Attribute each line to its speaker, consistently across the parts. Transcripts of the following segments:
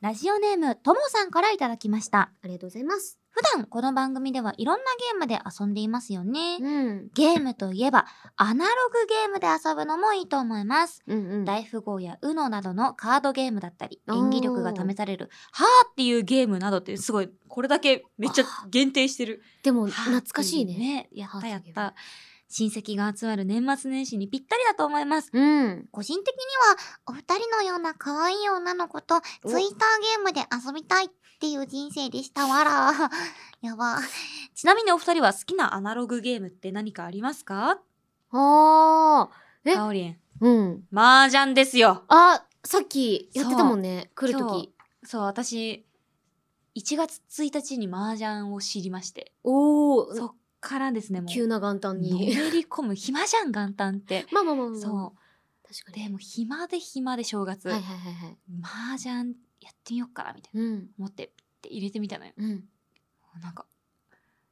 Speaker 1: ラジオネームともさんからいただきました。
Speaker 2: ありがとうございます。
Speaker 1: 普段この番組ではいろんなゲームで遊んでいますよね。
Speaker 2: うん。
Speaker 1: ゲームといえば、アナログゲームで遊ぶのもいいと思います。
Speaker 2: うんうん。
Speaker 1: 大富豪や UNO などのカードゲームだったり、
Speaker 2: おー
Speaker 1: 演技力が試される、はーっていうゲームなどってすごい、これだけめっちゃ限定してる。
Speaker 2: でも、
Speaker 1: はーっていう
Speaker 2: 懐かしいね。
Speaker 1: ね。やったやっ
Speaker 2: は
Speaker 1: た。親戚が集まる年末年始にぴったりだと思います。
Speaker 2: うん。
Speaker 1: 個人的には、お二人のような可愛い女の子と、
Speaker 2: お
Speaker 1: ツイッターゲームで遊びたいっていう人生でしたわら。 やば。ちなみにお二人は好きなアナログゲームって何かありますか
Speaker 2: ああ。え
Speaker 1: かおりん。
Speaker 2: うん。
Speaker 1: 麻雀ですよ。
Speaker 2: あ、さっきやってたもんね。来ると
Speaker 1: 今
Speaker 2: き
Speaker 1: 日。そう、私、1月1日に麻雀を知りまして。
Speaker 2: お
Speaker 1: そ
Speaker 2: お。
Speaker 1: っからですね、も
Speaker 2: 急
Speaker 1: う。
Speaker 2: な元旦
Speaker 1: のめ
Speaker 2: に。
Speaker 1: り込む暇じゃん、元旦って。
Speaker 2: まあまあまあまあ。。
Speaker 1: そう
Speaker 2: 確
Speaker 1: う。
Speaker 2: かに。
Speaker 1: でも、暇で暇で正月。
Speaker 2: はいはいはいはい。
Speaker 1: 麻雀やってみようかな、みたいな。
Speaker 2: うん。
Speaker 1: 思って、って入れてみたのよ。
Speaker 2: うん。
Speaker 1: なんか、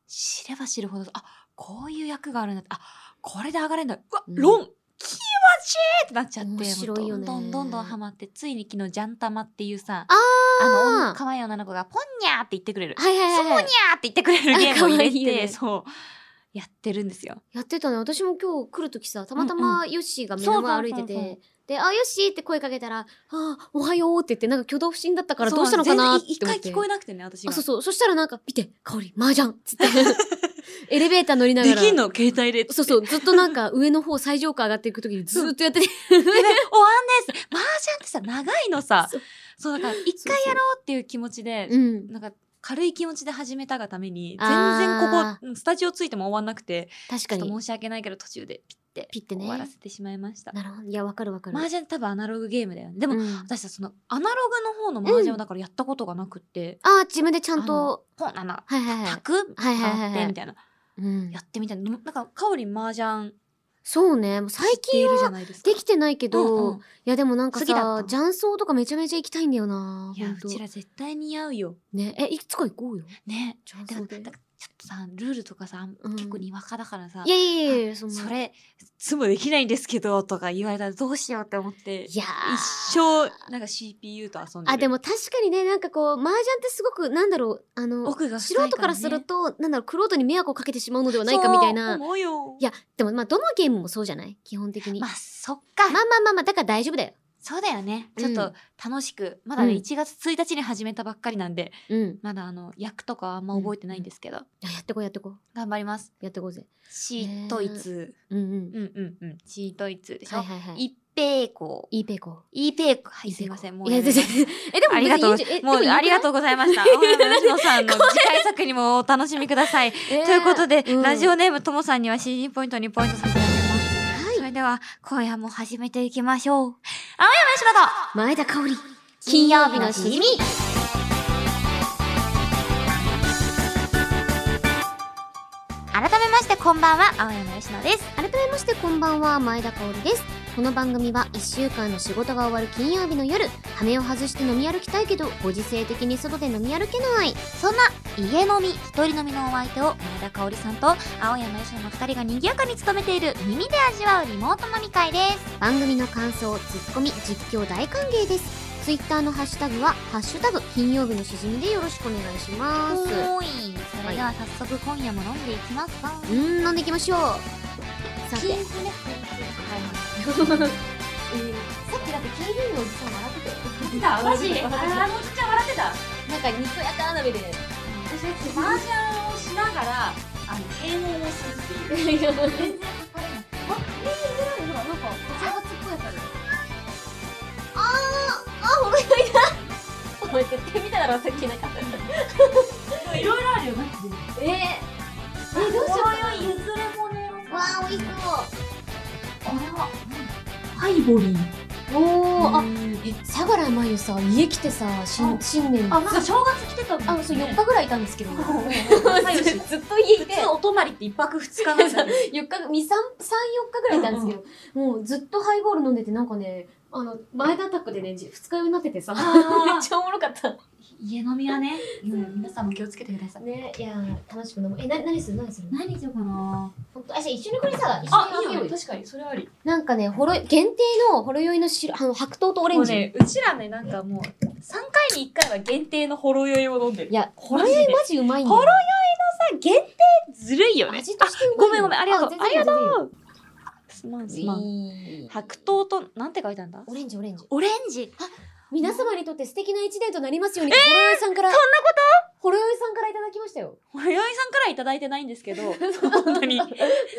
Speaker 1: 知れば知るほど、あ、こういう役があるんだって、あ、これで上がれんだ。うわ、
Speaker 2: うん
Speaker 1: ロン気持ちいいってなっちゃって、
Speaker 2: 面白いよね
Speaker 1: もうどんどんどんどんハマって、ついに昨日、ジャンタマっていうさ、
Speaker 2: あ
Speaker 1: あの
Speaker 2: あ
Speaker 1: 女、可愛い女の子が、ポンニャーって言ってくれる。
Speaker 2: はいはい
Speaker 1: ソ
Speaker 2: は
Speaker 1: ーニャー
Speaker 2: いはい。
Speaker 1: って言ってくれるゲームを入れ
Speaker 2: あ可愛いよ
Speaker 1: て、
Speaker 2: ね
Speaker 1: そう、やってるんですよ。
Speaker 2: やってたね。私も今日来るときさ、たまた
Speaker 1: うん
Speaker 2: まヨッシーが目の前歩いて
Speaker 1: そうそうそう
Speaker 2: て、で、あ、ヨッシーって声かけたら、ああ、おはようって言って、なんか挙動不審だったからどうしたのかな
Speaker 1: そう
Speaker 2: って
Speaker 1: 全然一
Speaker 2: 思
Speaker 1: 回
Speaker 2: って
Speaker 1: 聞こえなくてね、私が。
Speaker 2: あ、そうそう。そしたらなんか、見て、香り、麻雀っ つって。エレベーター乗りなが
Speaker 1: で
Speaker 2: ら。
Speaker 1: きんの携帯でって。
Speaker 2: そうそう。ずっとなんか、上の方最上階上がっていくときにずーっとやってて。
Speaker 1: でね、おわんです。麻雀ってさ、長いのさ
Speaker 2: そう。
Speaker 1: そう、だから、一回やろうっていう気持ちで、
Speaker 2: うん。
Speaker 1: なんか軽い気持ちで始めたがために全
Speaker 2: あー
Speaker 1: 然ここスタジオついても終わんなくて
Speaker 2: 確
Speaker 1: ち
Speaker 2: か
Speaker 1: ょっと
Speaker 2: に。
Speaker 1: 申し訳ないけど途中でピッて
Speaker 2: ピッてね
Speaker 1: 終わらせてしまいました
Speaker 2: なるほど。いや、わかるわかる。
Speaker 1: 麻雀多分アナログゲームだよねでも、
Speaker 2: うん
Speaker 1: 私はそのアナログの方の麻雀をだからやったことがなくって、
Speaker 2: ああ、自分でちゃんと。
Speaker 1: ほんなな
Speaker 2: はいはいは
Speaker 1: タ
Speaker 2: い。
Speaker 1: ク
Speaker 2: はいはいはい
Speaker 1: やってみたいな
Speaker 2: うん
Speaker 1: や。ってみたいなでもなんかかおりん麻雀
Speaker 2: そうね。もう最
Speaker 1: 知ってい
Speaker 2: 近
Speaker 1: るじゃ
Speaker 2: は
Speaker 1: ないですか
Speaker 2: できてないけ
Speaker 1: うん
Speaker 2: ど、
Speaker 1: うん
Speaker 2: いやでもなんか
Speaker 1: 好きだっ
Speaker 2: さ
Speaker 1: た、
Speaker 2: 雀荘とかめちゃめちゃ行きたいんだよな。
Speaker 1: いや
Speaker 2: ほん
Speaker 1: う
Speaker 2: と
Speaker 1: ちら絶対似合うよ
Speaker 2: ね。え、いつか行こうよ。
Speaker 1: ね
Speaker 2: 雀
Speaker 1: で
Speaker 2: 荘
Speaker 1: も
Speaker 2: で。
Speaker 1: だからちょっとさルールとかさ、
Speaker 2: うん
Speaker 1: 結構にわかだからさ
Speaker 2: いやいやいやいや、そんな
Speaker 1: そ。れ、つもできないんですけど、とか言われたらどうしようって思って、
Speaker 2: いやー
Speaker 1: 一生、なんか CPU と遊んでる。
Speaker 2: あ、で
Speaker 1: も、
Speaker 2: も確かにね、なんかこう、麻雀ってすごく、なんだろう、あの、
Speaker 1: 奥が深
Speaker 2: 素
Speaker 1: いらね
Speaker 2: 人からする、と、なんだろう、クロートに迷惑をかけてしまうのではないかみたい
Speaker 1: そう
Speaker 2: な。
Speaker 1: 思うよ。
Speaker 2: いや、でもまあ、どのゲームもそうじゃない基本的に。
Speaker 1: ま
Speaker 2: ま
Speaker 1: あ、
Speaker 2: あ
Speaker 1: そっか。
Speaker 2: まあまあまあ、だから大丈夫だよ。
Speaker 1: そうだよね。ち
Speaker 2: う
Speaker 1: ょっ
Speaker 2: ん
Speaker 1: と楽しく、まだね、
Speaker 2: うん
Speaker 1: 1月1日に始めたばっかりなんで、
Speaker 2: うん。
Speaker 1: まだあの、役とかはあんま覚えてないんですけど、
Speaker 2: いややってこうやってこう。
Speaker 1: 頑張ります。
Speaker 2: やってこうぜ。
Speaker 1: シートイツ
Speaker 2: うんう
Speaker 1: ー。。
Speaker 2: ん
Speaker 1: うんうんうん。シートイツーでしょ。
Speaker 2: はいはいはい。
Speaker 1: 一平公。
Speaker 2: いいペイコ。
Speaker 1: 一平公。はい、
Speaker 2: いい
Speaker 1: す
Speaker 2: ペ
Speaker 1: い
Speaker 2: イコ
Speaker 1: ません。もう
Speaker 2: いや、
Speaker 1: やめ
Speaker 2: 全
Speaker 1: ます
Speaker 2: 然。 え、でも
Speaker 1: ありがとうござい
Speaker 2: 別にいいんじゃ
Speaker 1: も
Speaker 2: え
Speaker 1: うありがとうございました。青山吉野さんの次回作にもお楽しみください。
Speaker 2: う。
Speaker 1: と
Speaker 2: と
Speaker 1: いうことで、ラジオ
Speaker 2: は
Speaker 1: ネームともさんには CD ポイントにポイント差し上げます。そ
Speaker 2: い。
Speaker 1: れでは、今夜も始めていきましょう。青山吉野と
Speaker 2: 前田香織。
Speaker 1: 金曜日のしじみ改めましてこんばんは、青山吉野です。
Speaker 2: 改めましてこんばんは前田香織ですこの番組は1週間の仕事が終わる金曜日の夜羽目を外して飲み歩きたいけどご時世的に外で飲み歩けない
Speaker 1: そんな、家飲み、一人飲みのお相手を前田香織さんと青山吉野の二人が賑やかに務めている耳で味わうリモート飲み会です。
Speaker 2: 番組の感想ツッコミ実況大歓迎ですツイッターのハッシュタグは「ハッシュタグ金曜日のしじみ」でよろしくお願いしますう
Speaker 1: おーいそれでは早速今夜も飲んでいきますか
Speaker 2: ーん飲んでいきましょうさて
Speaker 1: 金粉ね
Speaker 2: さっきだって警備員のおじさん笑ってて
Speaker 1: 金粉だマジあーもうちっちゃい笑ってた
Speaker 2: なんかにこやかな目で
Speaker 1: 私はつマージャンをしながらあの平穏をするっていう全然疲れないあえー、ほらなんか
Speaker 2: 正月っぽいやつあるあーあほいたお前絶対見ただろさっきなんか
Speaker 1: いろいろあるよマジで
Speaker 2: えー、えどうしようかな
Speaker 1: おいおい譲れもねえ
Speaker 2: わあおいし
Speaker 1: あれはハイボリー
Speaker 2: そうお
Speaker 1: あ
Speaker 2: あえ相良真由さ家来てさ新
Speaker 1: あ
Speaker 2: 新年
Speaker 1: あなんか正月来てたんだ
Speaker 2: あそう4日ぐらいいたんですけど
Speaker 1: 日
Speaker 2: ずっと家い
Speaker 1: 普
Speaker 2: て
Speaker 1: 通お泊まりって一泊二日なんだけど
Speaker 2: 4日3 3 4日ぐらいいたんですけど、もうずっとハイボール飲んでてなんかねあの前田タックでねじ二日酔いになっててさめ
Speaker 1: あー
Speaker 2: っちゃおもろかった
Speaker 1: 家飲みはね皆さんも気をつけてください
Speaker 2: ねいやー楽しく飲むえな何する何する
Speaker 1: 何しようかな
Speaker 2: 本当あじゃあ一緒にこれさ一
Speaker 1: あ
Speaker 2: 緒にやろう
Speaker 1: いい
Speaker 2: よ
Speaker 1: よ確かにそれあり
Speaker 2: なんかね、ほろ、限定のほろ酔いの白、あの、白桃とオレ
Speaker 1: も
Speaker 2: ン
Speaker 1: う
Speaker 2: ジ。
Speaker 1: ねうちらねなんかもう3回に1回は限定のほろ酔いを飲んでる。
Speaker 2: いや、ほ
Speaker 1: ほ
Speaker 2: ろ
Speaker 1: ろ
Speaker 2: 酔
Speaker 1: 酔
Speaker 2: い
Speaker 1: い
Speaker 2: マジうまいんだ
Speaker 1: ほろ酔いのさ、限定ずるいよね。
Speaker 2: 味としてうま
Speaker 1: あ
Speaker 2: い
Speaker 1: ごめんごめん、ありがとう。ありがと
Speaker 2: う
Speaker 1: う。すまんすまん。白桃と、なんて書いてあるんだ
Speaker 2: オレンジオレンジ。
Speaker 1: オレンジ。
Speaker 2: 皆様にとって素敵な一年となりますように、ほろ酔いさんから。そんなことほろ酔いさんからいただきましたよ。
Speaker 1: ほろ酔いさんからいただいてないんですけ ど、本当に。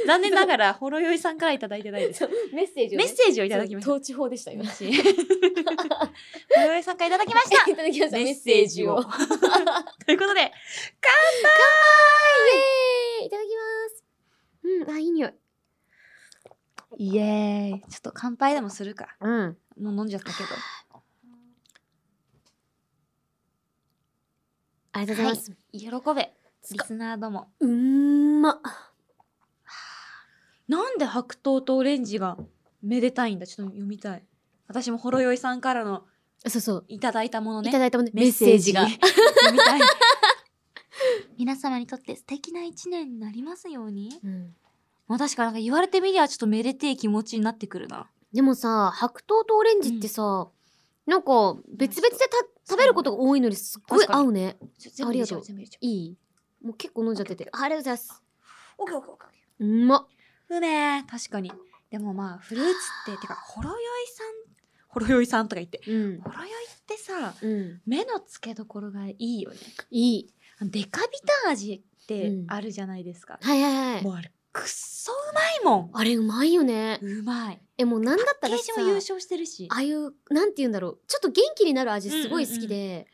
Speaker 1: 残念ながら、ほろ酔いさんからいただいてないです。
Speaker 2: メッセージをね、
Speaker 1: メッセージをいただきました。
Speaker 2: 統治法でした、今。い
Speaker 1: 嬉しいほろ酔いさんからいただきま した。
Speaker 2: ただきました、
Speaker 1: メ
Speaker 2: メッ
Speaker 1: ッ
Speaker 2: セ
Speaker 1: セ
Speaker 2: ー
Speaker 1: ー
Speaker 2: ジ
Speaker 1: ジ
Speaker 2: を。
Speaker 1: を
Speaker 2: イエ。
Speaker 1: ということで、
Speaker 2: ーイいただきます。うん、あ、いい匂い。
Speaker 1: イエーイ。ちょっと乾杯でもするか。
Speaker 2: うん。
Speaker 1: もう飲んじゃったけど。
Speaker 2: ありがとうございます。
Speaker 1: 喜べ。リスナーども。
Speaker 2: うんま。
Speaker 1: なんで白桃とオレンジがめでたいんだちょっと読みたい。私もほろ酔いさんからの
Speaker 2: そうそう。
Speaker 1: いただいたもの
Speaker 2: い
Speaker 1: ね
Speaker 2: た。だいたもんねメッセージが。
Speaker 1: 読み たい皆様にとって素敵な一年になりますように。
Speaker 2: うん
Speaker 1: まあ確かなんか言われてみりゃちょっとめでてえ気持ちになってくるな。
Speaker 2: でもさ、白桃とオレンジってさ、なんか別々でた食べることが多いのにすっごい合うね。
Speaker 1: ちょ
Speaker 2: ありがとう
Speaker 1: 全部入れちゃ
Speaker 2: いいもう結構飲んじゃってて。ありがとうございます。
Speaker 1: おう。オッケーオッケーオッケーオッケ
Speaker 2: うまっ。
Speaker 1: ー。うめえ。確かに。でもまあフルーツって、てかほろ酔いさん、ほろ酔いさんとか言って。
Speaker 2: うん。
Speaker 1: ほろ酔いってさ、
Speaker 2: うん。
Speaker 1: 目の付けどころがいいよね。
Speaker 2: いい。
Speaker 1: あのデカビタ味ってあるじゃないですか。
Speaker 2: はいはいはい
Speaker 1: も。うあれ、くっそうまいもん。
Speaker 2: あれうまいよね。
Speaker 1: うまい。
Speaker 2: え、もうなんだった
Speaker 1: ケー
Speaker 2: らさ
Speaker 1: ジ、も優勝してるし
Speaker 2: あ。あいう、なんて言うんだろう。ちょっと元気になる味すごい好きで。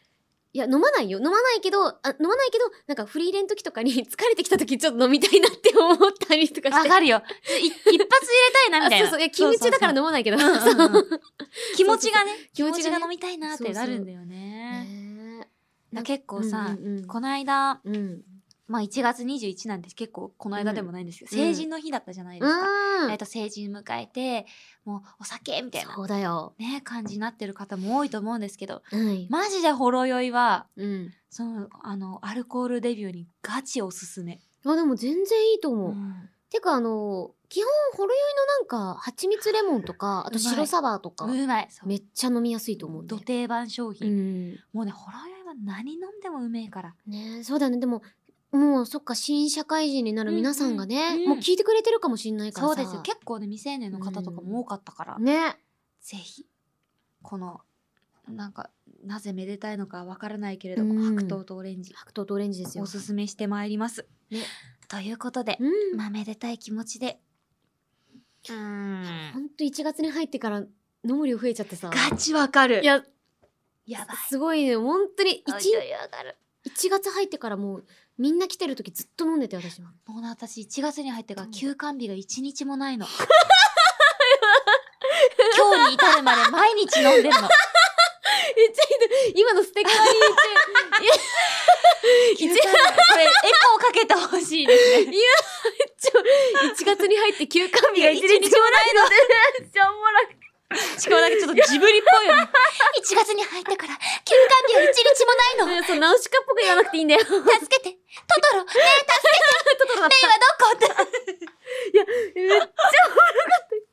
Speaker 2: いや、飲まないよ。飲まないけど、あ飲まないけど、なんかフリーレン時とかに 疲れてきた時ちょっと飲みたいなって思ったりとかして。
Speaker 1: わかるよ。 い一発入れたいなみたい
Speaker 2: あ
Speaker 1: な。
Speaker 2: そうそう。いや、勤務中だから飲まないけど。
Speaker 1: そうそうそう。 うんうんうん気持ちがね、
Speaker 2: 気
Speaker 1: 気
Speaker 2: 持
Speaker 1: 持ち
Speaker 2: ちがね
Speaker 1: が飲みたいなってなるんだよね。
Speaker 2: ね
Speaker 1: だから結構さ、
Speaker 2: うんうんうん
Speaker 1: この間、
Speaker 2: えうん。
Speaker 1: まあ1月21なんて結構この間でもないんですけど、
Speaker 2: うん
Speaker 1: 成人の日だったじゃないですか。えっと、成人迎えて、もうお酒みたいな
Speaker 2: そうだよ。
Speaker 1: ね、感じになってる方も多いと思うんですけど、
Speaker 2: はい。
Speaker 1: マジでほろ酔いは、
Speaker 2: うん。
Speaker 1: その、あの、アルコールデビューにガチおすすめ。
Speaker 2: あ、でも全然いいと思う。
Speaker 1: うん
Speaker 2: てか、あの、基本、ほろ酔いのなんか、蜂蜜レモンとか、あと
Speaker 1: うまい
Speaker 2: 白サワーとか、
Speaker 1: うまい。そう
Speaker 2: めっちゃ飲みやすいと思うんだ
Speaker 1: ど
Speaker 2: よ。
Speaker 1: 定番商
Speaker 2: う
Speaker 1: 品。
Speaker 2: ん。
Speaker 1: もうね、ほろ酔いは何飲んでもうめえから。
Speaker 2: ねえそうだね。でも、もう、そっか、新社会人になる皆さんがね、
Speaker 1: うんうん
Speaker 2: もう聞いてくれてるかもしんないから
Speaker 1: そ
Speaker 2: さ。
Speaker 1: うですよ。結構ね、未成年の方とかも多かったから、
Speaker 2: ね。
Speaker 1: ぜひ、この、なんか、なぜめでたいのかわからないけれど、
Speaker 2: うん
Speaker 1: 白桃とオレンジ、
Speaker 2: 白桃とオレンジですよ
Speaker 1: お。すすめしてまいります。
Speaker 2: ね
Speaker 1: ということで、
Speaker 2: うん。
Speaker 1: まあ、めでたい気持ちで、
Speaker 2: ほんと1月に入ってから飲む量増えちゃってさ。
Speaker 1: ガチわかる。
Speaker 2: いや、
Speaker 1: やばい。
Speaker 2: すごいね。ほんとに、
Speaker 1: お
Speaker 2: 1
Speaker 1: いおいわかる。
Speaker 2: 1月入ってからもうみんな来てる時ずっと飲んでて私は。
Speaker 1: もうね私1月に入ってから
Speaker 2: うん
Speaker 1: 休館日が1日も ないの。今日に至るまで毎日飲んでるの。
Speaker 2: めっちゃひどい今のステッカー に
Speaker 1: 休館日これエコーかけてほしいですね。
Speaker 2: 言ってちょ1月に入って休館日
Speaker 1: い
Speaker 2: が
Speaker 1: や
Speaker 2: 1
Speaker 1: 一
Speaker 2: 日もないの
Speaker 1: 日も
Speaker 2: めっちゃおもろい。
Speaker 1: しかもなんかちょっとジブリっぽいよね。1月に入ってから休館日は1日もないの。
Speaker 2: ねそうナウシカっぽく言わなくていいんだよ。
Speaker 1: 助けて。トトロ、ね
Speaker 2: トトロだっ
Speaker 1: えはどこって。
Speaker 2: た。 めっちゃおもろかった。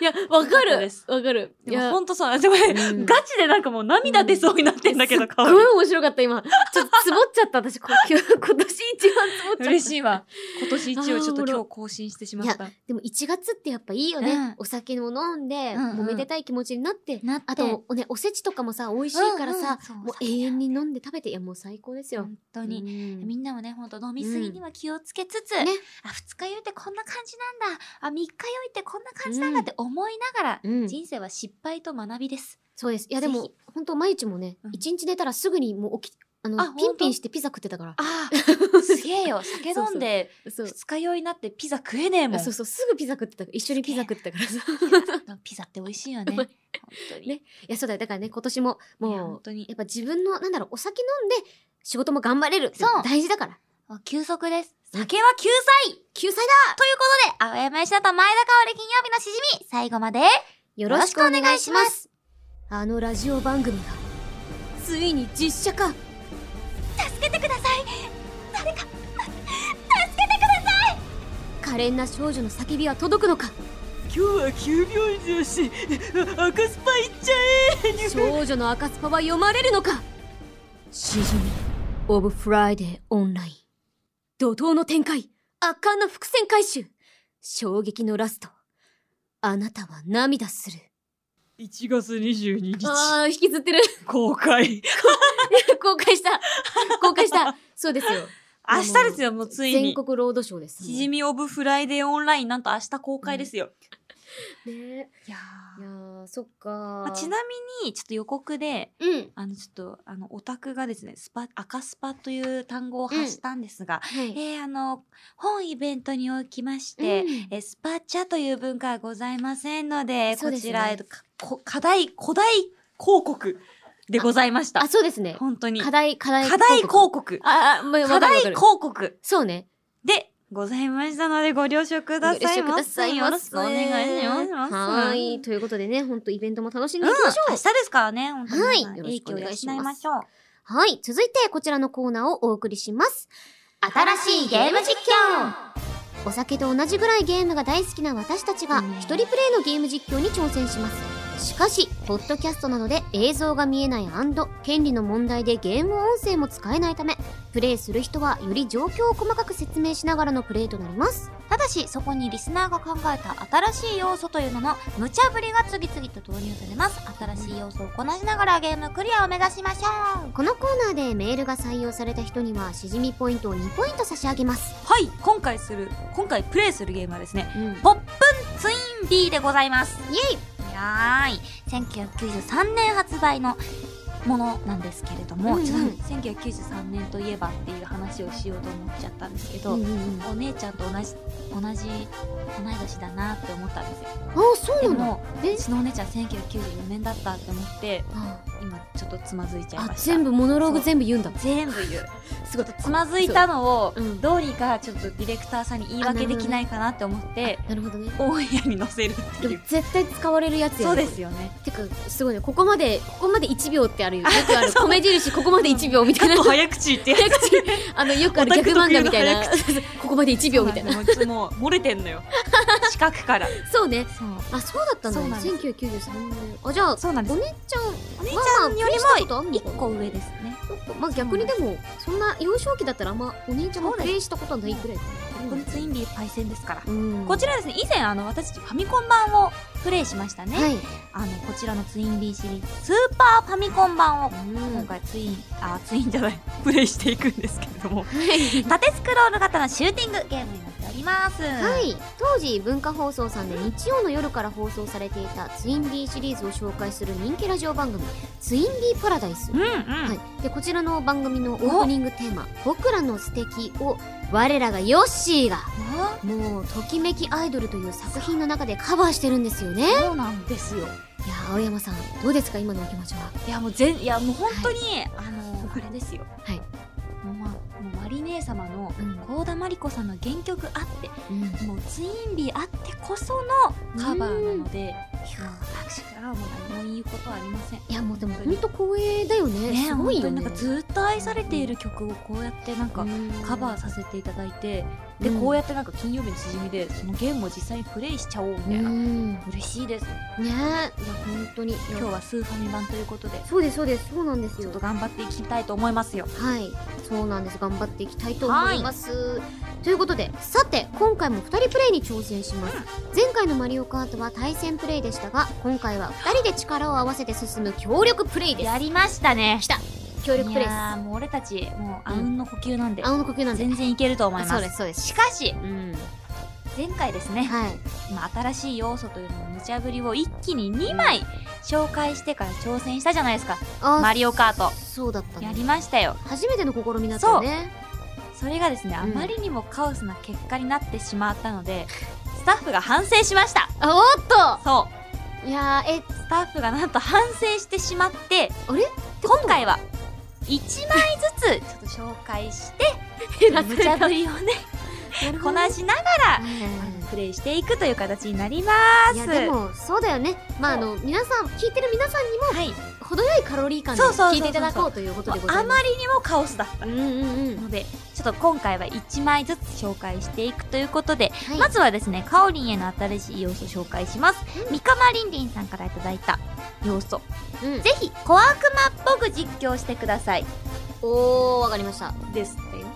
Speaker 2: いや、わか
Speaker 1: よかったで
Speaker 2: る
Speaker 1: す。
Speaker 2: わかる。い
Speaker 1: でも
Speaker 2: や、
Speaker 1: ほんとさ、でもね
Speaker 2: うん
Speaker 1: ガチでなんかもう涙出そうになってんだけど、
Speaker 2: す
Speaker 1: 顔
Speaker 2: っごい面白かった今。ちょっとつぼっちゃった私。こ今日 今年一番つぼっちゃった。
Speaker 1: 嬉しいわ。今年一応ちょっ
Speaker 2: あーおも
Speaker 1: と
Speaker 2: ろ
Speaker 1: 今日更新してしまった。
Speaker 2: でも1月ってやっぱいいよね。
Speaker 1: うん
Speaker 2: お酒も飲んで、
Speaker 1: うんうん
Speaker 2: もうめでたい気持ちになって、
Speaker 1: なって
Speaker 2: あとおね、おせちとかもさ、美味しいからさ、
Speaker 1: うんうん
Speaker 2: もう永遠に飲んで食べて、いやもう最高ですよ。
Speaker 1: 本当に。
Speaker 2: うん
Speaker 1: みんなもね、ほんと飲みすぎには気をつけつつ、
Speaker 2: んね
Speaker 1: あ、二日酔いってこんな感じなんだ、あ、三日酔いってこんな感じなんだって思いながら、
Speaker 2: うん
Speaker 1: 人生は失敗と学びです。
Speaker 2: そうです。いやでも
Speaker 1: ぜ、
Speaker 2: 本当毎日もね
Speaker 1: う、ん
Speaker 2: 一、日寝たらすぐにもう起き、あの、
Speaker 1: あ
Speaker 2: ピンピ
Speaker 1: ほん
Speaker 2: ン
Speaker 1: と
Speaker 2: してピザ食ってたから。
Speaker 1: ああ、すげえ よ。酒飲んで、
Speaker 2: そう
Speaker 1: 二日酔いになってピザ食えねえもん。
Speaker 2: そうそう、すぐピザ食ってたから、一緒にピザ食ってたからさ。
Speaker 1: ピザって美味しいよね。
Speaker 2: う
Speaker 1: 本
Speaker 2: まい
Speaker 1: 当に。
Speaker 2: ねいや、そうだよ。だからね、今年も、
Speaker 1: いや
Speaker 2: も
Speaker 1: 本
Speaker 2: う、
Speaker 1: 当に
Speaker 2: やっ。ぱ自分の、なんだろう、お酒飲んで、仕事も頑張れる。
Speaker 1: そう
Speaker 2: 大事だから。
Speaker 1: あ休息です。酒は救済という
Speaker 2: 救済
Speaker 1: ことで、青山吉田と前田香織金曜日のしじみ、最後まで、
Speaker 2: よろ
Speaker 1: ろ
Speaker 2: し
Speaker 1: し
Speaker 2: く
Speaker 1: く
Speaker 2: お
Speaker 1: お
Speaker 2: 願
Speaker 1: 願
Speaker 2: い
Speaker 1: い
Speaker 2: し
Speaker 1: し
Speaker 2: ま
Speaker 1: ます
Speaker 2: あのラジオ番組がついに実写化
Speaker 1: 助けてください
Speaker 2: 可憐な少女の叫びは届くのか
Speaker 3: 今日は9秒女子あ赤スパいっちゃ
Speaker 2: 少女の赤スパは読まれるのかシジミオブフライデーオンライン怒涛の展開圧巻の伏線回収衝撃のラストあなたは涙する
Speaker 3: え1月22日
Speaker 2: ああ引きずってる
Speaker 3: 公開
Speaker 2: 公開した公開したそうですよ
Speaker 1: 明日ですよ、もうつい
Speaker 2: 全
Speaker 1: に。
Speaker 2: 国ロードショーです
Speaker 1: しじみオブフライデーオンライン、なんと明日公開ですよ。
Speaker 2: ね
Speaker 1: いや
Speaker 2: いやーそっかー、
Speaker 1: まあ、ちなみに、ちょっと予告で、
Speaker 2: うん
Speaker 1: あの、ちょっと、あの、オタクがですね、スパ、赤スパという単語を発したんですが、
Speaker 2: はい
Speaker 1: えー、あの、本イベントにおきまして、
Speaker 2: うん
Speaker 1: えースパチャという文化はございませんので、
Speaker 2: そ
Speaker 1: こ
Speaker 2: うですね
Speaker 1: ちら、えっとかこ課題、古代広告でございました
Speaker 2: あ。そうですね
Speaker 1: 本当に。
Speaker 2: 課
Speaker 1: 課
Speaker 2: 題課題
Speaker 1: 題広告。
Speaker 2: ああまあわ
Speaker 1: 課
Speaker 2: かるわ
Speaker 1: 題
Speaker 2: かる
Speaker 1: 広告
Speaker 2: そうね
Speaker 1: でございましたので、ご了承くださいませ。よろしくお願いします。
Speaker 2: はーい。
Speaker 1: うん。
Speaker 2: ということでね、本当イベントも楽しんでいきましょう。
Speaker 1: 明日ですからね、本当に皆さん。
Speaker 2: はいよろ
Speaker 1: 影
Speaker 2: しく
Speaker 1: 響
Speaker 2: お
Speaker 1: を養
Speaker 2: 願いします
Speaker 1: いましょう。
Speaker 2: はい。続いて、こちらのコーナーをお送りします。新しいゲーム実況お酒と同じぐらいゲームが大好きな私たちが
Speaker 1: うん
Speaker 2: 一人プレイのゲーム実況に挑戦しますしかしポッドキャストなどで映像が見えない権利の問題でゲーム音声も使えないためプレイする人はより状況を細かく説明しながらのプレイとなります
Speaker 1: ただしそこにリスナーが考えた新しい要素というのの無茶ぶりが次々と投入されます新しい要素をこなしながらゲームクリアを目指しましょうは
Speaker 2: このコーナーでメールが採用された人にはしじみポイントを2ポイント差し上げます、
Speaker 1: い今回する今回プレイするゲームはですね
Speaker 2: うん、イエ
Speaker 1: ポップンツイン B でございます
Speaker 2: イ
Speaker 1: はーい1993年発売のものなんですけれども、
Speaker 2: うんうん
Speaker 1: ちょっと1993年といえばっていう話をしようと思っちゃったんですけど、
Speaker 2: うんうんうんあ
Speaker 1: お姉ちゃんと同じ同じ同い年だなって思ったんですよ
Speaker 2: そう
Speaker 1: で
Speaker 2: なんだ
Speaker 1: も
Speaker 2: え
Speaker 1: うちのお姉ちゃん1994年だったって思って
Speaker 2: あ
Speaker 1: 今ちょっとつまずいちゃい
Speaker 2: あ
Speaker 1: ました
Speaker 2: 全部モノローグ
Speaker 1: そう
Speaker 2: 全部言うんだ
Speaker 1: 全部言う
Speaker 2: すごい
Speaker 1: つまずいたのを
Speaker 2: そううん
Speaker 1: どうにかちょっとディレクターさんに言い訳できないかなって思って
Speaker 2: なるほどね
Speaker 1: オンエアに載せるって
Speaker 2: で
Speaker 1: い
Speaker 2: も
Speaker 1: う
Speaker 2: 絶対使われるやつや
Speaker 1: そう
Speaker 2: ね
Speaker 1: ですよね
Speaker 2: てかすごいねここまでここまで1秒って あるよよくある
Speaker 1: そう
Speaker 2: 米印ここまで1秒みたいな、
Speaker 1: ちょっと早口ってや
Speaker 2: 早口あのよくある
Speaker 1: オタ
Speaker 2: 逆
Speaker 1: ク特
Speaker 2: 漫
Speaker 1: 有
Speaker 2: 画
Speaker 1: の
Speaker 2: みたいなここまで1
Speaker 1: つ
Speaker 2: 秒みたいな
Speaker 1: もうちょっともう漏れてんのよ視覚から
Speaker 2: そうね
Speaker 1: そう
Speaker 2: あそうだったん
Speaker 1: そ
Speaker 2: だ
Speaker 1: う
Speaker 2: ね
Speaker 1: なんです
Speaker 2: 1993年あじゃあ
Speaker 1: そうなんで
Speaker 2: お
Speaker 1: す
Speaker 2: 姉ちゃん
Speaker 1: お姉ち
Speaker 2: ま
Speaker 1: ゃ
Speaker 2: あま
Speaker 1: ん
Speaker 2: あ
Speaker 1: より
Speaker 2: したことあん
Speaker 1: も
Speaker 2: のか
Speaker 1: 1
Speaker 2: な
Speaker 1: 個上ですね
Speaker 2: まあ逆にでもそんな幼少期だったらあんまお姉ちゃんも
Speaker 1: そう
Speaker 2: プ
Speaker 1: です
Speaker 2: レイしたことはないくらいだね
Speaker 1: このツインビーパイセンですから
Speaker 2: うん
Speaker 1: こちらですね以前あの私たちファミコン版をプレイしましたね、
Speaker 2: はい、
Speaker 1: あのこちらのツインビーシリーズスーパーファミコン版を今
Speaker 2: は
Speaker 1: 回ツインあツインじゃない プレイしていくんですけれども
Speaker 2: い
Speaker 1: 縦スクロール型のシューティングゲームになっております
Speaker 2: は、
Speaker 1: はい
Speaker 2: 当時文化放送さんで日曜の夜から放送されていたツイン B シリーズを紹介する人気ラジオ番組「ツイン B パラダイス」
Speaker 1: うんうん、
Speaker 2: はい、でこちらの番組のオープニングテーマ「僕らの素敵を我らがヨッシーが
Speaker 1: あ
Speaker 2: もう「ときめきアイドル」という作品の中でカバーしてるんですよねいや
Speaker 1: そうなんですよ
Speaker 2: ー青山さんどうですか今のお気持ちはい
Speaker 1: やもう全いやもう本当に、あのあれですよ
Speaker 2: はい
Speaker 1: もうまあもうマリ姉様の
Speaker 2: うん
Speaker 1: 幸田真理子さんの原曲あっ
Speaker 2: うんい
Speaker 1: てもうツインビーあってこそのカバーなので
Speaker 2: や
Speaker 1: 私からはもう何も言うことはありません
Speaker 2: いやもうでも本当光栄だよね
Speaker 1: ね
Speaker 2: すごい
Speaker 1: 本当
Speaker 2: よね
Speaker 1: になんかずっと愛されている曲をこうやってなんかカバー
Speaker 2: さ
Speaker 1: させていただいて、で
Speaker 2: うん
Speaker 1: こうやってなんか金曜日のしじみでそのゲームを実際にプレイしちゃおうみたいな、
Speaker 2: うんね
Speaker 1: 嬉しいです
Speaker 2: えいや本当に
Speaker 1: 今日はスーファミ版ということで
Speaker 2: そうですそうですそうなんです
Speaker 1: ちょ
Speaker 2: よ
Speaker 1: っと頑張っていきたいと思いますよ
Speaker 2: はいそうなんです頑張っていきたいと思います、ということでさて今回も2人プレイに挑戦します前回の「マリオカート」は対戦プレイでしたが今回は2人で力を合わせて進む協力プレイです
Speaker 1: りましたね
Speaker 2: した協力
Speaker 1: い
Speaker 2: プレイです
Speaker 1: やーもう俺たちもうあうんの呼吸なんで、
Speaker 2: 青の呼吸なんで
Speaker 1: 全然いけると思います
Speaker 2: そうですそうです
Speaker 1: しかし
Speaker 2: うん
Speaker 1: 前回ですね、
Speaker 2: はい
Speaker 1: 今新しい要素というのの無茶ぶりを一気に2枚紹介してから挑戦したじゃないですか
Speaker 2: あー
Speaker 1: マリオカート
Speaker 2: そうだった
Speaker 1: や
Speaker 2: ね
Speaker 1: りましたよ
Speaker 2: 初めての試みだったよね
Speaker 1: それがですね、
Speaker 2: うん
Speaker 1: あまりにもカオスな結果になってしまったのでスタッフが反省しました
Speaker 2: あおっ
Speaker 1: そ
Speaker 2: といやーえ
Speaker 1: うスタッフがなんと反省してしまって
Speaker 2: あれ
Speaker 1: 今回は1枚ず つちょっと紹介して無茶ぶりをねこな
Speaker 2: し
Speaker 1: しながらプレイしていくという形になります
Speaker 2: いやでもそうだよねまああの皆さん聞いてる皆さんにも
Speaker 1: はい
Speaker 2: 程よいカロリー感で
Speaker 1: そうそうそうそう
Speaker 2: 聞いていただこうということでござ
Speaker 1: あ
Speaker 2: いま。
Speaker 1: ますりにもカオスだった
Speaker 2: うんうんうん。
Speaker 1: のでちょっと今回は1枚ずつ紹介していくということで、
Speaker 2: はい
Speaker 1: まずはですねかおりんへの新しい要素紹介します、
Speaker 2: うん
Speaker 1: 三釜りんりんさんからいただいた要素
Speaker 2: うん
Speaker 1: ぜひ小悪魔っぽく実況してください
Speaker 2: おー、わかりました。
Speaker 1: ですってよ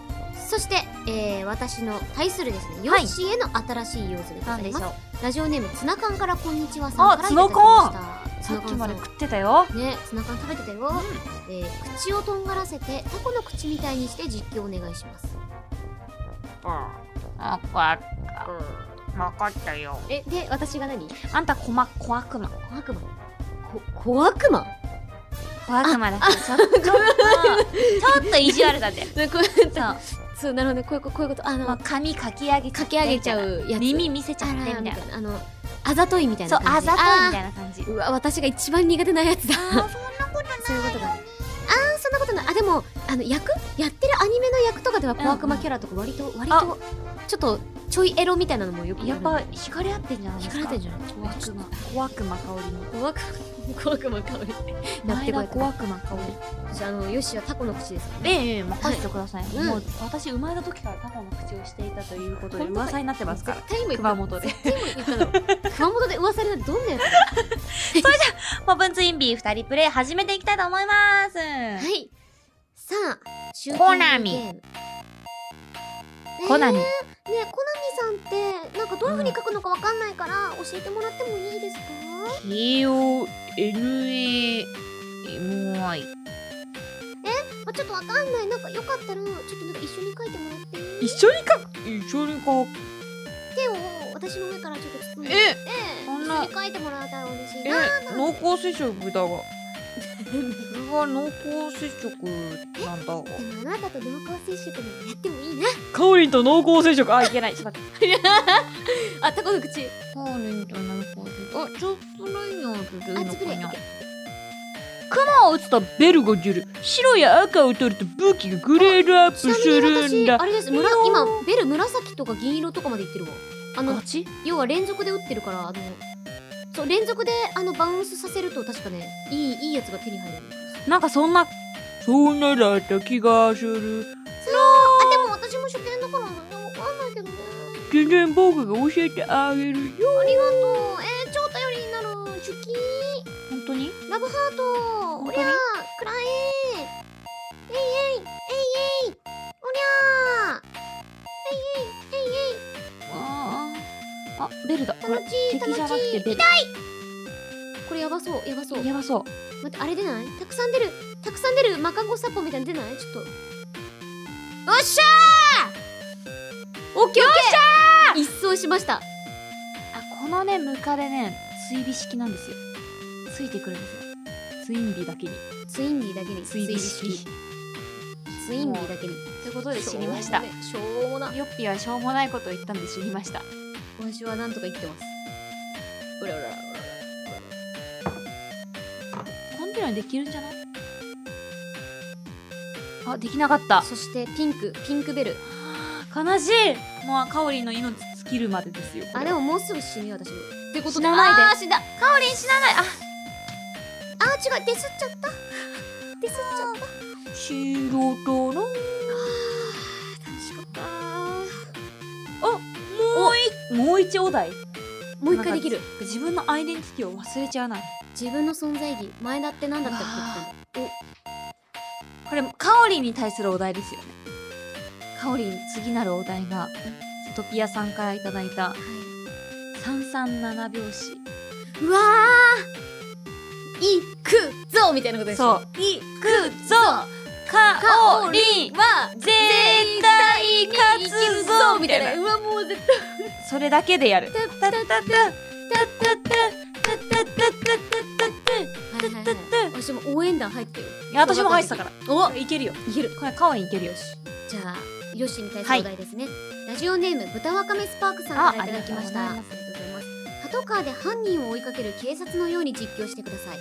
Speaker 2: そして、えー、私の対するですね、ヨ
Speaker 1: は
Speaker 2: ッ
Speaker 1: い
Speaker 2: シーへの新しい要素でござ
Speaker 1: なんで
Speaker 2: い
Speaker 1: しょ
Speaker 2: ます。
Speaker 1: う
Speaker 2: ラジオネーム、ツナ缶からこんにちはさんから
Speaker 1: あ
Speaker 2: いただきました。
Speaker 1: さっきまで
Speaker 2: ツナ缶
Speaker 1: 食ってたよ
Speaker 2: さんね、ツナ缶食べてたよ、えー口をとんがらせて、タコの口みたいにして実況お願いします。
Speaker 1: あかった分かったよ
Speaker 2: え、で、私が何
Speaker 1: あんたこま小悪魔
Speaker 2: 小悪魔こ小悪魔
Speaker 1: 小悪魔だからちょっとちょっとちょっと意地悪だ ぜ
Speaker 2: ねこう
Speaker 1: そう、ま
Speaker 2: そうなるほどねこういうこういうことあの、
Speaker 1: あ、髪かき上げ
Speaker 2: かき上げちゃうやつ
Speaker 1: 耳見せちゃってみ
Speaker 2: あら
Speaker 1: たいな
Speaker 2: あのあざといみたい
Speaker 1: そう
Speaker 2: な
Speaker 1: あ
Speaker 2: 感じ
Speaker 1: ざといみた
Speaker 2: い
Speaker 1: いな感じ
Speaker 2: うわ私が一番苦手なやつだ
Speaker 1: あーそんなことない
Speaker 2: そういうことだねあーそんなことないあでもあの役やってるアニメの役とかでは小悪魔キャラとか割と、割とちょっとちょいエロみたいなのもよく
Speaker 1: やっぱ
Speaker 2: ある
Speaker 1: 惹かれ合ってんじゃないですか
Speaker 2: 惹かれてんじゃない
Speaker 1: 小悪魔小悪魔香りの
Speaker 2: 小悪魔小悪魔香りやってこ
Speaker 1: 前田
Speaker 2: い
Speaker 1: 小悪魔香
Speaker 2: じゃああのよしはタコの口ですから
Speaker 1: り
Speaker 2: ね
Speaker 1: ええ任せてください、
Speaker 2: うん
Speaker 1: もう私生まれた時からタコの口をしていたということで
Speaker 2: 本当だ
Speaker 1: 噂になってますから
Speaker 2: 絶対今言った
Speaker 1: 熊本で
Speaker 2: 絶対今言ったの熊本で噂になるどんなやつ
Speaker 1: モブンツインビー2人プレイ始めていきたいと思いますは
Speaker 2: はい。さあ、シューティング
Speaker 1: コナミ
Speaker 2: ゲーム。
Speaker 1: コナミ
Speaker 2: ねえねえコナミさんってなんかどういう風に書くのかわかんないから教えてもらってもいいですか？
Speaker 1: K-O-N-A-M-I
Speaker 2: あちょっとわかんない。なんかよかったらちょっとなんか一緒に書いてもらっていい？
Speaker 1: 一緒に書く一緒に書く
Speaker 2: 手を私の上からちょっと包んで、
Speaker 1: えそん
Speaker 2: 一
Speaker 1: な
Speaker 2: 緒に書いてもらえたら嬉しい
Speaker 1: え
Speaker 2: な。
Speaker 1: 濃厚接触だがこれは濃厚接触なんだが
Speaker 2: でもあなたと濃厚接触なんてやってもいいな。
Speaker 1: かおりんと濃厚接触あいけないちょっと待って
Speaker 2: あタコの口。
Speaker 1: カーレンとなるかあ、ちょっとないよって言
Speaker 2: あつぶれ。
Speaker 1: 熊を打つとベルが出る。白や赤を取ると武器がグレードアップ
Speaker 2: ちな
Speaker 1: す
Speaker 2: み
Speaker 1: るん
Speaker 2: に私
Speaker 1: だ。
Speaker 2: あれです。むら今ベル紫とか銀色とかまでいってるわ。あの
Speaker 1: ガチ
Speaker 2: 要は連続で打ってるからあのそう連続であのバウンスさせると確かねいいいいやつが手に入る
Speaker 1: なんかそんな。そうならった気がする。
Speaker 2: あでも私も初見だからねわかんないけどね
Speaker 1: 全然僕が教えてあげるよ。
Speaker 2: ありがとうえー、超頼りになる出勤
Speaker 1: 本当に
Speaker 2: ラブハート
Speaker 1: 本当に
Speaker 2: おりゃーくらええいえいえいえいおりゃーえいえいえいえい
Speaker 1: ああ。あ、ベルだ。これ
Speaker 2: 楽しい
Speaker 1: 敵じゃな
Speaker 2: 楽
Speaker 1: く
Speaker 2: しい
Speaker 1: てベル。
Speaker 2: これやばそうやばそう
Speaker 1: やばそう。
Speaker 2: 待ってあれ出ないたくさん出るたくさん出るマカゴサポみたいなの出ないちょっとよっしゃーオッケーオッケー一掃しました
Speaker 1: あ、このね、ムカデね、追尾式なんですよ。ついてくるんですよ。ツインビだけに。
Speaker 2: ツインビーだけに
Speaker 1: 追尾式。
Speaker 2: ツインビーだけに
Speaker 1: ということで知りました。
Speaker 2: しょうもな
Speaker 1: ヨッピーはしょうもないことを言ったんで知りました。
Speaker 2: 今週はなんとか言ってますうらうらうら
Speaker 1: コンテナにできるんじゃないあ、できなかった。
Speaker 2: そしてピンクピンクベル
Speaker 1: 悲しいもうカオリンの命尽きるまでですよ。
Speaker 2: あでももうすぐ死ぬよ私ってことで
Speaker 1: 死なないで
Speaker 2: あー死んだ
Speaker 1: カオリン死なない
Speaker 2: あー違うディスっちゃったディスっちゃった
Speaker 1: あ死ろうとの
Speaker 2: 楽しかった
Speaker 1: もういもう一お題
Speaker 2: もう一回できる
Speaker 1: 自分のアイデンティティを忘れちゃわない。
Speaker 2: 自分の存在意義前田って何だったっけって
Speaker 1: これ、カオリンに対するお題ですよね。カオリン、次なるお題が、セトピアさんからいただいた337拍子。
Speaker 2: うわーいくぞみたいなことでし
Speaker 1: そ
Speaker 2: ょ
Speaker 1: う。いくぞカオリン
Speaker 2: は
Speaker 1: 絶対勝
Speaker 2: い
Speaker 1: つ
Speaker 2: く
Speaker 1: ぞ
Speaker 2: ぞ
Speaker 1: み
Speaker 2: み
Speaker 1: た
Speaker 2: た
Speaker 1: い
Speaker 2: いな
Speaker 1: な
Speaker 2: うわもう絶対
Speaker 1: それだけでやるタタタタタタタタタ
Speaker 2: はいはいはい私も応援団入ってる
Speaker 1: 私も入ってたから
Speaker 2: お
Speaker 1: いけるよ
Speaker 2: いける
Speaker 1: これカオリンいけるよ
Speaker 2: じゃあよしに対するお題ですね、ラジオネーム豚わかめスパークさんからいただきました
Speaker 1: ああ
Speaker 2: あ
Speaker 1: り
Speaker 2: り
Speaker 1: が
Speaker 2: がとうございますパトカーで犯人を追いかける警察のように実況してください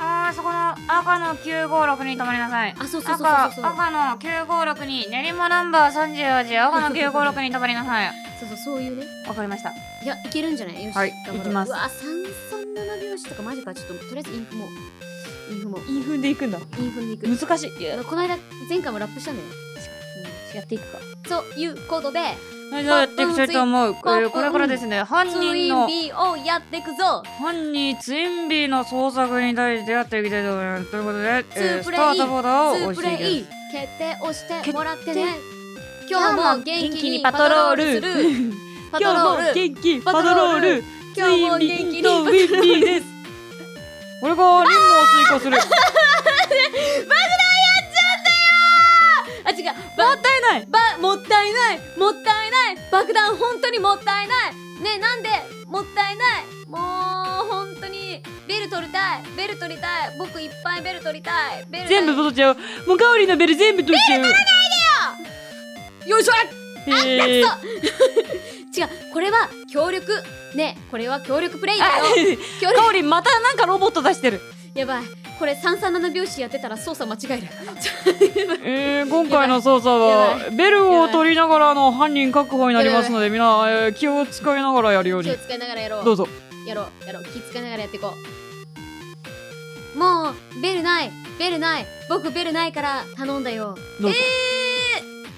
Speaker 1: あーそこの赤の956に止まりなさい
Speaker 2: あそうそうそう
Speaker 1: 赤
Speaker 2: そうそう
Speaker 1: 赤の956に練馬ナンバー38赤の956に止まりなさい
Speaker 2: そうそうそういうね
Speaker 1: わかりました
Speaker 2: いやいけるんじゃないよし、
Speaker 1: はい
Speaker 2: 頑張ろう
Speaker 1: いきます
Speaker 2: うわ三三17拍子とかマジかちょっととりあえずインフもインフも
Speaker 1: インフンでいくんだ
Speaker 2: インフンでいく
Speaker 1: 難しいいや
Speaker 2: この間前回もラップしたのよ
Speaker 3: やっていくか。
Speaker 2: ということで
Speaker 3: はい、じゃあやっていきたいと思う。これこれからですね、犯
Speaker 2: ツ
Speaker 3: 人
Speaker 2: イン
Speaker 3: の、
Speaker 2: ビーをやっていくぞ
Speaker 3: 犯人ツインビーの捜索に対してやっていきたいと思います。ということで、
Speaker 2: ツ
Speaker 3: え
Speaker 2: ー
Speaker 3: ー、
Speaker 2: プ
Speaker 3: ス
Speaker 2: レイ
Speaker 3: タートボタンを
Speaker 2: ツー
Speaker 3: 押
Speaker 2: プ
Speaker 3: していき
Speaker 2: レ
Speaker 3: ま
Speaker 2: イ。
Speaker 3: す
Speaker 2: 決定をしてもらって
Speaker 3: 決
Speaker 2: ね今日も元気にパトロールする パト
Speaker 1: 今
Speaker 2: ロ
Speaker 1: 日も
Speaker 2: ール
Speaker 1: 元気パトロール
Speaker 2: 今日も元気に
Speaker 1: ツインビーとウィンビーです
Speaker 3: 俺が任務を遂行する。
Speaker 2: あ違うもったいないばもったいないもったいない爆弾本当にもったいないねえなんでもったいないもう本当にベル取りたいベル取りたい僕いっぱいベル取りたいベル
Speaker 1: 全部取っちゃおうもうカオリのベル全部取っちゃう
Speaker 2: よいしょ
Speaker 1: えー
Speaker 2: 違うこれは協力ねえこれは協力プレイだよ
Speaker 1: あ
Speaker 2: 協力
Speaker 1: カオリまたなんかロボット出してる
Speaker 2: やばいこれ337拍子やってたら操作間違える
Speaker 3: えー、今回の捜査はベルを取りながらの犯人確保になりますのでみんな、えー気を使いながらやるよう
Speaker 2: 気
Speaker 3: に
Speaker 2: を使いながらやろう
Speaker 3: どうぞ
Speaker 2: やろうやろう気使いながらやっていこうもうベルないベルない僕ベルないから頼んだよ
Speaker 3: どうぞ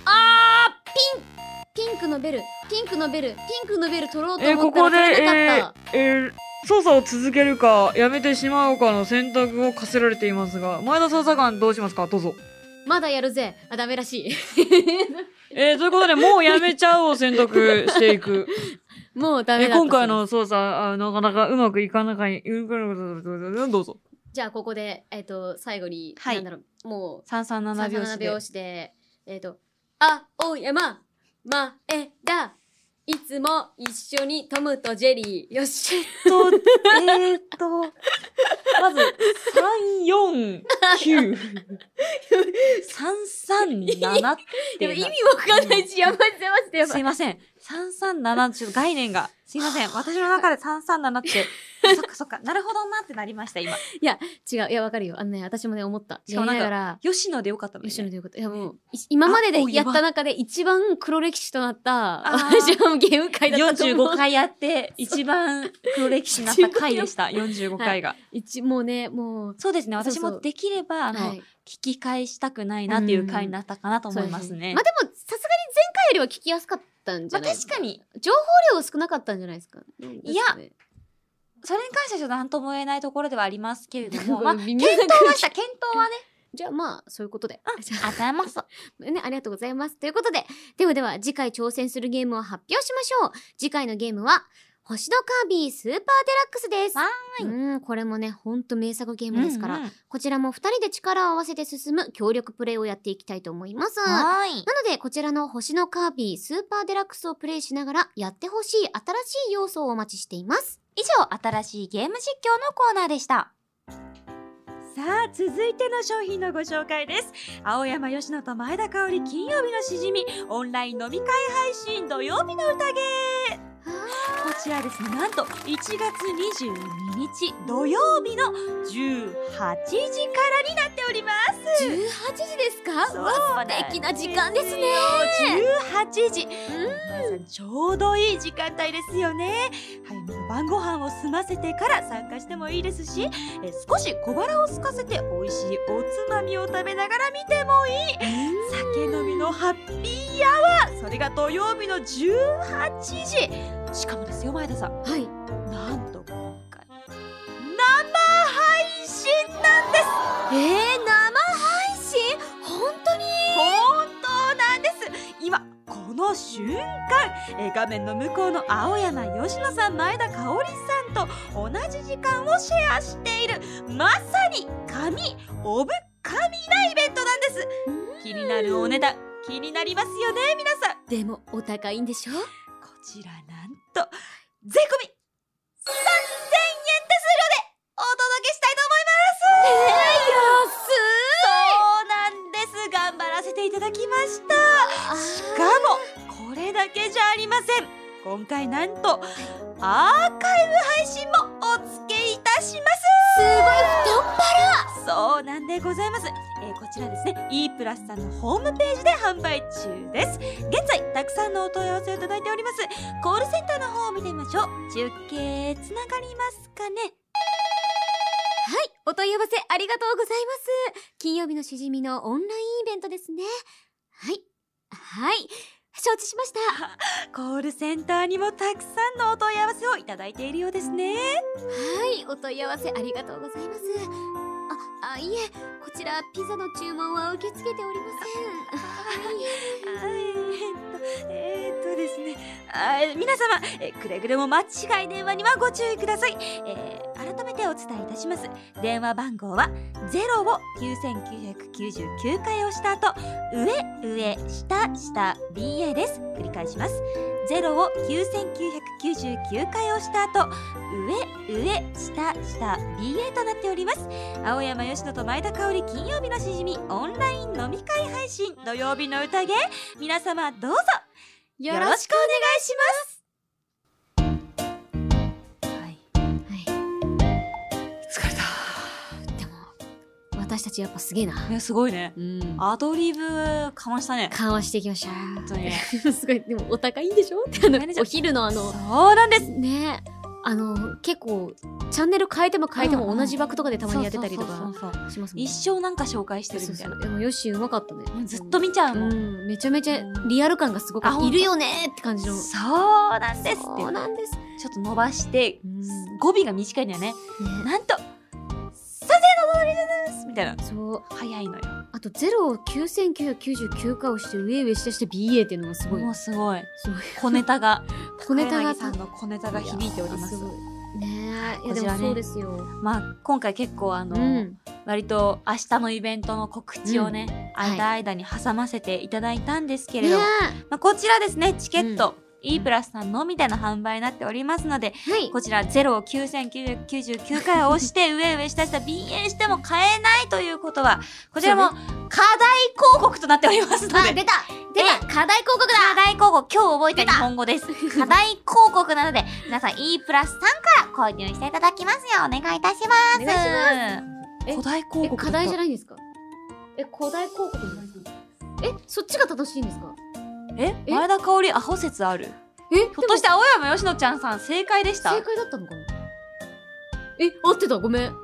Speaker 2: あーピンピンクのベルピンクのベルピンクのベル取ろうと
Speaker 3: えー
Speaker 2: 思
Speaker 3: こ
Speaker 2: った
Speaker 3: こで、
Speaker 2: ら取れなかった、
Speaker 3: えーえー捜査を続けるかやめてしまうかの選択を課せられていますが前田捜査官どうしますかどうぞ
Speaker 2: まだやるぜあダメらしい
Speaker 3: えー、ということでもうやめちゃうを選択していく
Speaker 2: もうダ
Speaker 3: え
Speaker 2: メ
Speaker 3: ー
Speaker 2: だった
Speaker 3: 今回の捜査あなかなかうまくいかなかいうんどうぞ
Speaker 2: じゃあここでえっ、と最後に、
Speaker 3: はい
Speaker 2: なんだろうもう
Speaker 3: 337
Speaker 2: 7
Speaker 3: 拍
Speaker 2: 拍
Speaker 3: 子
Speaker 2: 子
Speaker 3: で
Speaker 2: でえっ、と「あおやままえだいつも一緒にトムとジェリー」よし
Speaker 3: と、えーっと、まず、三四九三三七って
Speaker 2: でも
Speaker 3: な。
Speaker 2: 意味わかんないしやばいやばいやば
Speaker 3: す
Speaker 2: い
Speaker 3: いません。三三七ちょっと概念が。すいませ ん。私の中で三三七って、あそっかそっか、なるほどなってなりました、今。
Speaker 2: 違ういやわかるよあのね私もね思った
Speaker 3: しかもなんか
Speaker 2: やりながら
Speaker 3: 吉野でよかったのに
Speaker 2: 吉
Speaker 3: ね、
Speaker 2: 野ということいやもうい今まで
Speaker 3: あお
Speaker 2: でや
Speaker 3: やば
Speaker 2: った中で一番黒歴史となった
Speaker 3: あー
Speaker 2: 私はもうゲーム会だったと思う
Speaker 3: 45回やって、一番黒歴史になった回でした。45回が。
Speaker 2: 一もうねもう
Speaker 3: そうですね。
Speaker 2: そう
Speaker 3: 私
Speaker 2: そう
Speaker 3: もできれば、あの、
Speaker 2: はい
Speaker 3: 聞き返したくないなっていう回になったかなと思いま
Speaker 2: そう
Speaker 3: す
Speaker 2: で
Speaker 3: ね
Speaker 2: まあ。でもさすがに前回よりは聞きやすかったんじ
Speaker 3: ま
Speaker 2: ゃ
Speaker 3: あ
Speaker 2: ない
Speaker 3: 確かに、
Speaker 2: 情報量少なかったんじゃないですか
Speaker 3: いやそれに関してはちょっと何とも言えないところではありますけれ ども、ま あ、検
Speaker 2: 検
Speaker 3: 討はした、検討はね、
Speaker 2: じゃあまあそういうことで。 じゃ
Speaker 3: あざます。
Speaker 2: あね、ありがとうございます。ということで、ではでは次回挑戦するゲームを発表しましょう。次回のゲームは、星のカービィスーパーデラックスです。
Speaker 3: わーい
Speaker 2: うん、これもね、ほんと名作ゲームですから、
Speaker 3: うんうん
Speaker 2: こちらも2人で力を合わせて進む協力プレイをやっていきたいと思います。な
Speaker 3: はーい。
Speaker 2: ので、こちらの星のカービィスーパーデラックスをプレイしながら、やってほしい新しい要素をお待ちしています。
Speaker 3: 以上、新しいゲーム実況のコーナーでした。
Speaker 1: さあ続いての商品のご紹介です青山佳乃と前田香織金曜日のしじみオンライン飲み会配信土曜日の宴こちらですねなんと1月22日土曜日の18時からになっております
Speaker 2: 18時ですか
Speaker 1: そうな
Speaker 2: わ
Speaker 1: んですよ
Speaker 2: 素敵な時間ですね
Speaker 1: 18時皆さんちょうどいい時間帯ですよね早めの晩ご飯を済ませてから参加してもいいですしえ少し小腹を空かせて美味しいおつまみを食べながら見てもいい酒飲みのハッピーアワーそれが土曜日の18時しかもですよ前田さん
Speaker 2: はい
Speaker 1: なんと今回生配信なんです
Speaker 2: えー、生配信本当に
Speaker 1: 本当なんです今この瞬間えー画面の向こうの青山佳乃さん前田香織さんと同じ時間をシェアしているまさに神オブ神なイベントなんです気になるお値段気になりますよね皆さん
Speaker 2: でもお高いんでしょ
Speaker 1: こちらなんと税込み3000円ですのでお届けしたいと思いますそうなんです頑張らせていただきましたしかもこれだけじゃありません今回なんとアーカイブ配信もお付けいたします
Speaker 2: すごい太っ
Speaker 1: そうなんでございます、えーこちらですね e プラスさんのホームページで販売中です現在たくさんのお問い合わせをいただいておりますコールセンターの方を見てみましょう中継つながりますかね
Speaker 2: お問い合わせありがとうございます。金曜日のしじみのオンラインイベントですね。はい。はい。承知しました。は
Speaker 1: コールセンターにもたくさんのお問い合わせをいただいているようですね
Speaker 2: い。お問い合わせありがとうございます。あ、あ、いえ、こちらピザの注文は受け付けておりませ
Speaker 1: え
Speaker 2: ん。
Speaker 1: ーっとえーっとですねあー皆様えーくれぐれも間違い電話にはご注意ください、えー改めてお伝えいたします電話番号は0を9999回押した後上上下下 BA です繰り返します0を9999回押した後上上下下 BA となっております青山佳乃と前田香織金曜日のしじみオンライン飲み会配信土曜日の宴皆様どうぞよろしくお願いしますはい疲れ
Speaker 2: でも、私たちやっぱすげえな。
Speaker 1: たねすごいね
Speaker 2: うん。
Speaker 1: アドリブかましたね
Speaker 2: 緩和していきましょ
Speaker 1: 本当に
Speaker 2: う。 すごい、でもお高いんでしょ ってあの
Speaker 1: 高いでしょ
Speaker 2: お昼のあ
Speaker 1: そ
Speaker 2: の、
Speaker 1: うなんです
Speaker 2: ねあの結構チャンネル変えても変えて
Speaker 1: うんう
Speaker 2: も
Speaker 1: ん
Speaker 2: 同じ枠とかでたまにやってたりと
Speaker 1: そう
Speaker 2: か
Speaker 1: そうそうそう
Speaker 2: しますもんね
Speaker 1: 一生なんか紹介してる
Speaker 2: そう
Speaker 1: みた
Speaker 2: そ
Speaker 1: いな
Speaker 2: うでもヨッシーうまかったね
Speaker 1: ずっと見ちゃう
Speaker 2: う
Speaker 1: もん
Speaker 2: んめちゃめちゃリアル感がすごく
Speaker 1: あほんと
Speaker 2: いるよねって感じの
Speaker 1: そうなんですって
Speaker 2: そうなんですね
Speaker 1: ちょっと伸ばして
Speaker 2: うん
Speaker 1: 語尾が短いんだよねなんと先生のドリですみたいな
Speaker 2: そう
Speaker 1: 早いのよ
Speaker 2: あと0を9999回をして上上下下 BA っていうのがすごい
Speaker 1: もうすごい
Speaker 2: すごい
Speaker 1: 小ネタが
Speaker 2: 小ネタ
Speaker 1: 小柳
Speaker 2: が
Speaker 1: さんの小ネタが響いております
Speaker 2: いやーごいねえいや
Speaker 1: こ
Speaker 2: で
Speaker 1: ち
Speaker 2: も
Speaker 1: らね
Speaker 2: そうですよ
Speaker 1: まあ今回結構あの、
Speaker 2: うん
Speaker 1: 割と明日のイベントの告知をね、
Speaker 2: はい
Speaker 1: 間間に挟ませていただいたんですけれ
Speaker 2: ね
Speaker 1: ど
Speaker 2: え
Speaker 1: も、まあ、こちらですねチケット、E プラスさんのみたいな販売になっておりますので
Speaker 2: はい
Speaker 1: こちら0を9999回押して上上下下 BA しても買えないということはこちらも課題広告となっておりますので
Speaker 2: あ出た出た課題広告だ
Speaker 1: 課題広告今日覚えた
Speaker 2: 出た
Speaker 1: 日本語 です課題広告なので皆さん E プラスさんから購入していただきますようお願いいたします
Speaker 2: お願
Speaker 1: ま
Speaker 2: いし
Speaker 1: す
Speaker 2: え
Speaker 1: 課題広
Speaker 2: え、
Speaker 1: 告
Speaker 2: 課題じゃ
Speaker 1: ない
Speaker 2: ないんですかえ、古代広告え、そっちが正しいんですか
Speaker 1: え
Speaker 2: え
Speaker 1: 前田香織アホ説あるひ
Speaker 2: え、ひ
Speaker 1: ょ
Speaker 2: ょ
Speaker 1: っとして青山佳乃ちゃんさん正解でした
Speaker 2: 正解だったのかなえ、合ってた、ごめん。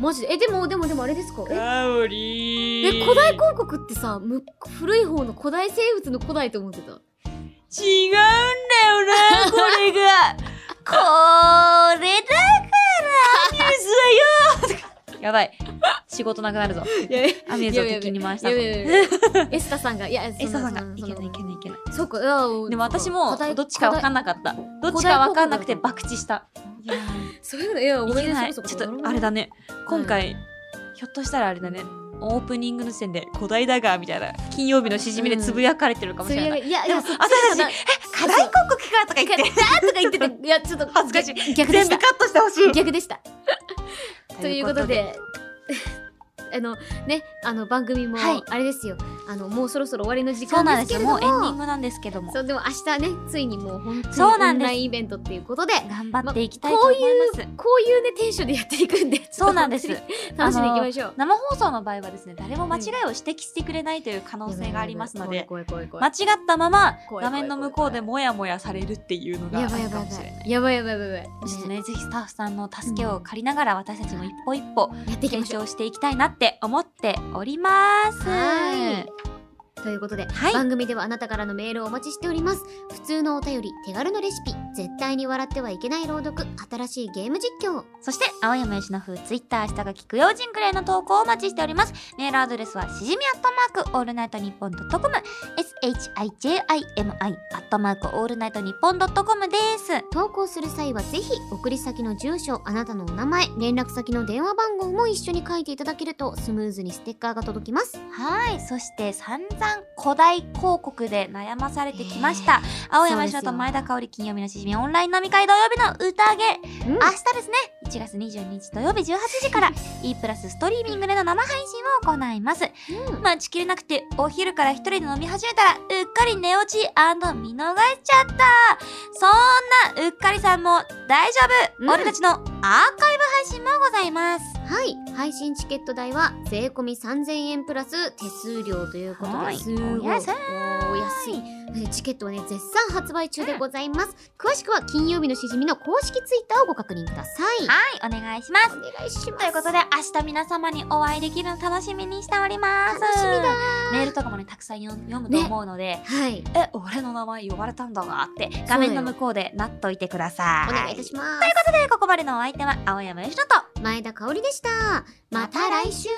Speaker 2: マジで。え、でも、でも、でもあれですかえ、
Speaker 1: 織
Speaker 2: え古代広告ってさ、む古い方の古代生物の古代と思ってた。
Speaker 1: 違うんだよ なこれがこれだからアミューズだよ やばい仕事なくな るぞ
Speaker 2: いやい
Speaker 1: アミューズを敵に回した
Speaker 2: やい
Speaker 1: エ
Speaker 2: やいやい やエスタさんが、いや、エ
Speaker 1: サさんがいけないいけないいけない
Speaker 2: そうか、いや
Speaker 1: でも私もどっちか分かん
Speaker 2: ない。
Speaker 1: なかった。ど
Speaker 2: 代
Speaker 1: っちか分かんなくて博打した。いや
Speaker 2: そういうの、いや、ごめんなさ。
Speaker 1: ないい。ち
Speaker 2: そ
Speaker 1: ょ
Speaker 2: う
Speaker 1: っ
Speaker 2: か
Speaker 1: とあれだ。ね。今回、ひょっとしたらあれだね。オープニングの時点で古代だがみたいな金曜日のしじみでつぶやかれてるかも
Speaker 2: そ
Speaker 1: し
Speaker 2: う
Speaker 1: れない。
Speaker 2: いういや、い
Speaker 1: で
Speaker 2: や、
Speaker 1: も
Speaker 2: そっち
Speaker 1: 私たち
Speaker 2: が
Speaker 1: 課題広告かとか言って
Speaker 2: とか言ってて、いや、ちょっと
Speaker 1: 恥ずかしい。
Speaker 2: 逆で
Speaker 1: 全
Speaker 2: し
Speaker 1: 部カ
Speaker 2: た
Speaker 1: ッ。トしてほしい。
Speaker 2: 逆でした。ということ。で、あのね、あの番組も
Speaker 1: はい
Speaker 2: あれですよ。あのもうそろそろ終わりの時
Speaker 1: そう
Speaker 2: 間
Speaker 1: なん
Speaker 2: で
Speaker 1: ですす
Speaker 2: けれ
Speaker 1: よ。も
Speaker 2: ども、
Speaker 1: うエンディングなんですけども。
Speaker 2: そうでも明日ね、ついにもう本当に
Speaker 1: そうな
Speaker 2: オ
Speaker 1: ん
Speaker 2: ン
Speaker 1: です
Speaker 2: ラインイベントっていうことで、
Speaker 1: 頑張っていきたいと
Speaker 2: こ
Speaker 1: 思
Speaker 2: う
Speaker 1: い
Speaker 2: いう
Speaker 1: ます。
Speaker 2: こういうねテンションでやっていくんで、
Speaker 1: そうなんです
Speaker 2: ちょっと楽しんでいきましょう。
Speaker 1: 生放送の場合はですね、誰も間違いを指摘してくれないという可能性がありますので、
Speaker 2: 怖い怖い怖い
Speaker 1: 間違ったまま
Speaker 2: 怖い怖い怖い
Speaker 1: 画面の向こうでモヤモヤされるっていうのがあ
Speaker 2: や
Speaker 1: る
Speaker 2: ばいやば
Speaker 1: か
Speaker 2: い
Speaker 1: もしれない。
Speaker 2: やばいやばいやばいやばいやばい
Speaker 1: ちょっとね、ぜひスタッフさんの助けを借りながら私たちも一歩一歩
Speaker 2: やっていき
Speaker 1: 成
Speaker 2: ましょう。
Speaker 1: 長していきたいなって思っております。
Speaker 2: はということで、
Speaker 1: はい
Speaker 2: 番組ではあなたからのメールをお待ちしております普通のお便り手軽のレシピ絶対に笑ってはいけない朗読新しいゲーム実況
Speaker 1: そして、青山由の風ツイッター下書き供養人くらいの投稿をお待ちしております。メールアドレスはしじみアットマークオールナイトニッポンドットコム shijimi アットマークオールナイトニッポンドットコムです。
Speaker 2: 投稿する際はぜひ送り先の住所あなたのお名前連絡先の電話番号も一緒に書いていただけるとスムーズにステッカーが届きます
Speaker 1: はい。そして、散々古代広告で悩まされてきました。青山由と前田香織金曜日のしじみオンライン飲み会土曜日の宴。
Speaker 2: うん
Speaker 1: 明日ですね1月22日土曜日18時から E プラスストリーミングでの生配信を行います
Speaker 2: うん
Speaker 1: 待ちきれなくてお昼から一人で飲み始めたらうっかり寝落ち見逃しちゃったそんなうっかりさんも大丈夫、
Speaker 2: うん
Speaker 1: 俺たちのアーカイブ配信もございます。
Speaker 2: はい、配信チケット代は税込み3000円プラス手数料ということ
Speaker 1: は
Speaker 2: で
Speaker 1: い
Speaker 2: すごい
Speaker 1: お安い
Speaker 2: お安いチケットはね絶賛発売中でございます、詳しくは金曜日のしじみの公式ツイッターをご確認ください、
Speaker 1: はい、お願いします。
Speaker 2: お願いします
Speaker 1: ということで、明日皆様にお会いできるの楽しみにしております。
Speaker 2: 楽しみだ
Speaker 1: メールとかもね、たくさん読読むと思うので、
Speaker 2: はい
Speaker 1: え、俺の名前呼ばれたんだなって、画面の向こうでなっといてください。
Speaker 2: お願いいたします、
Speaker 1: ということで、ここまでのお相手は、青山由しと、
Speaker 2: 前田香織でしたまた来週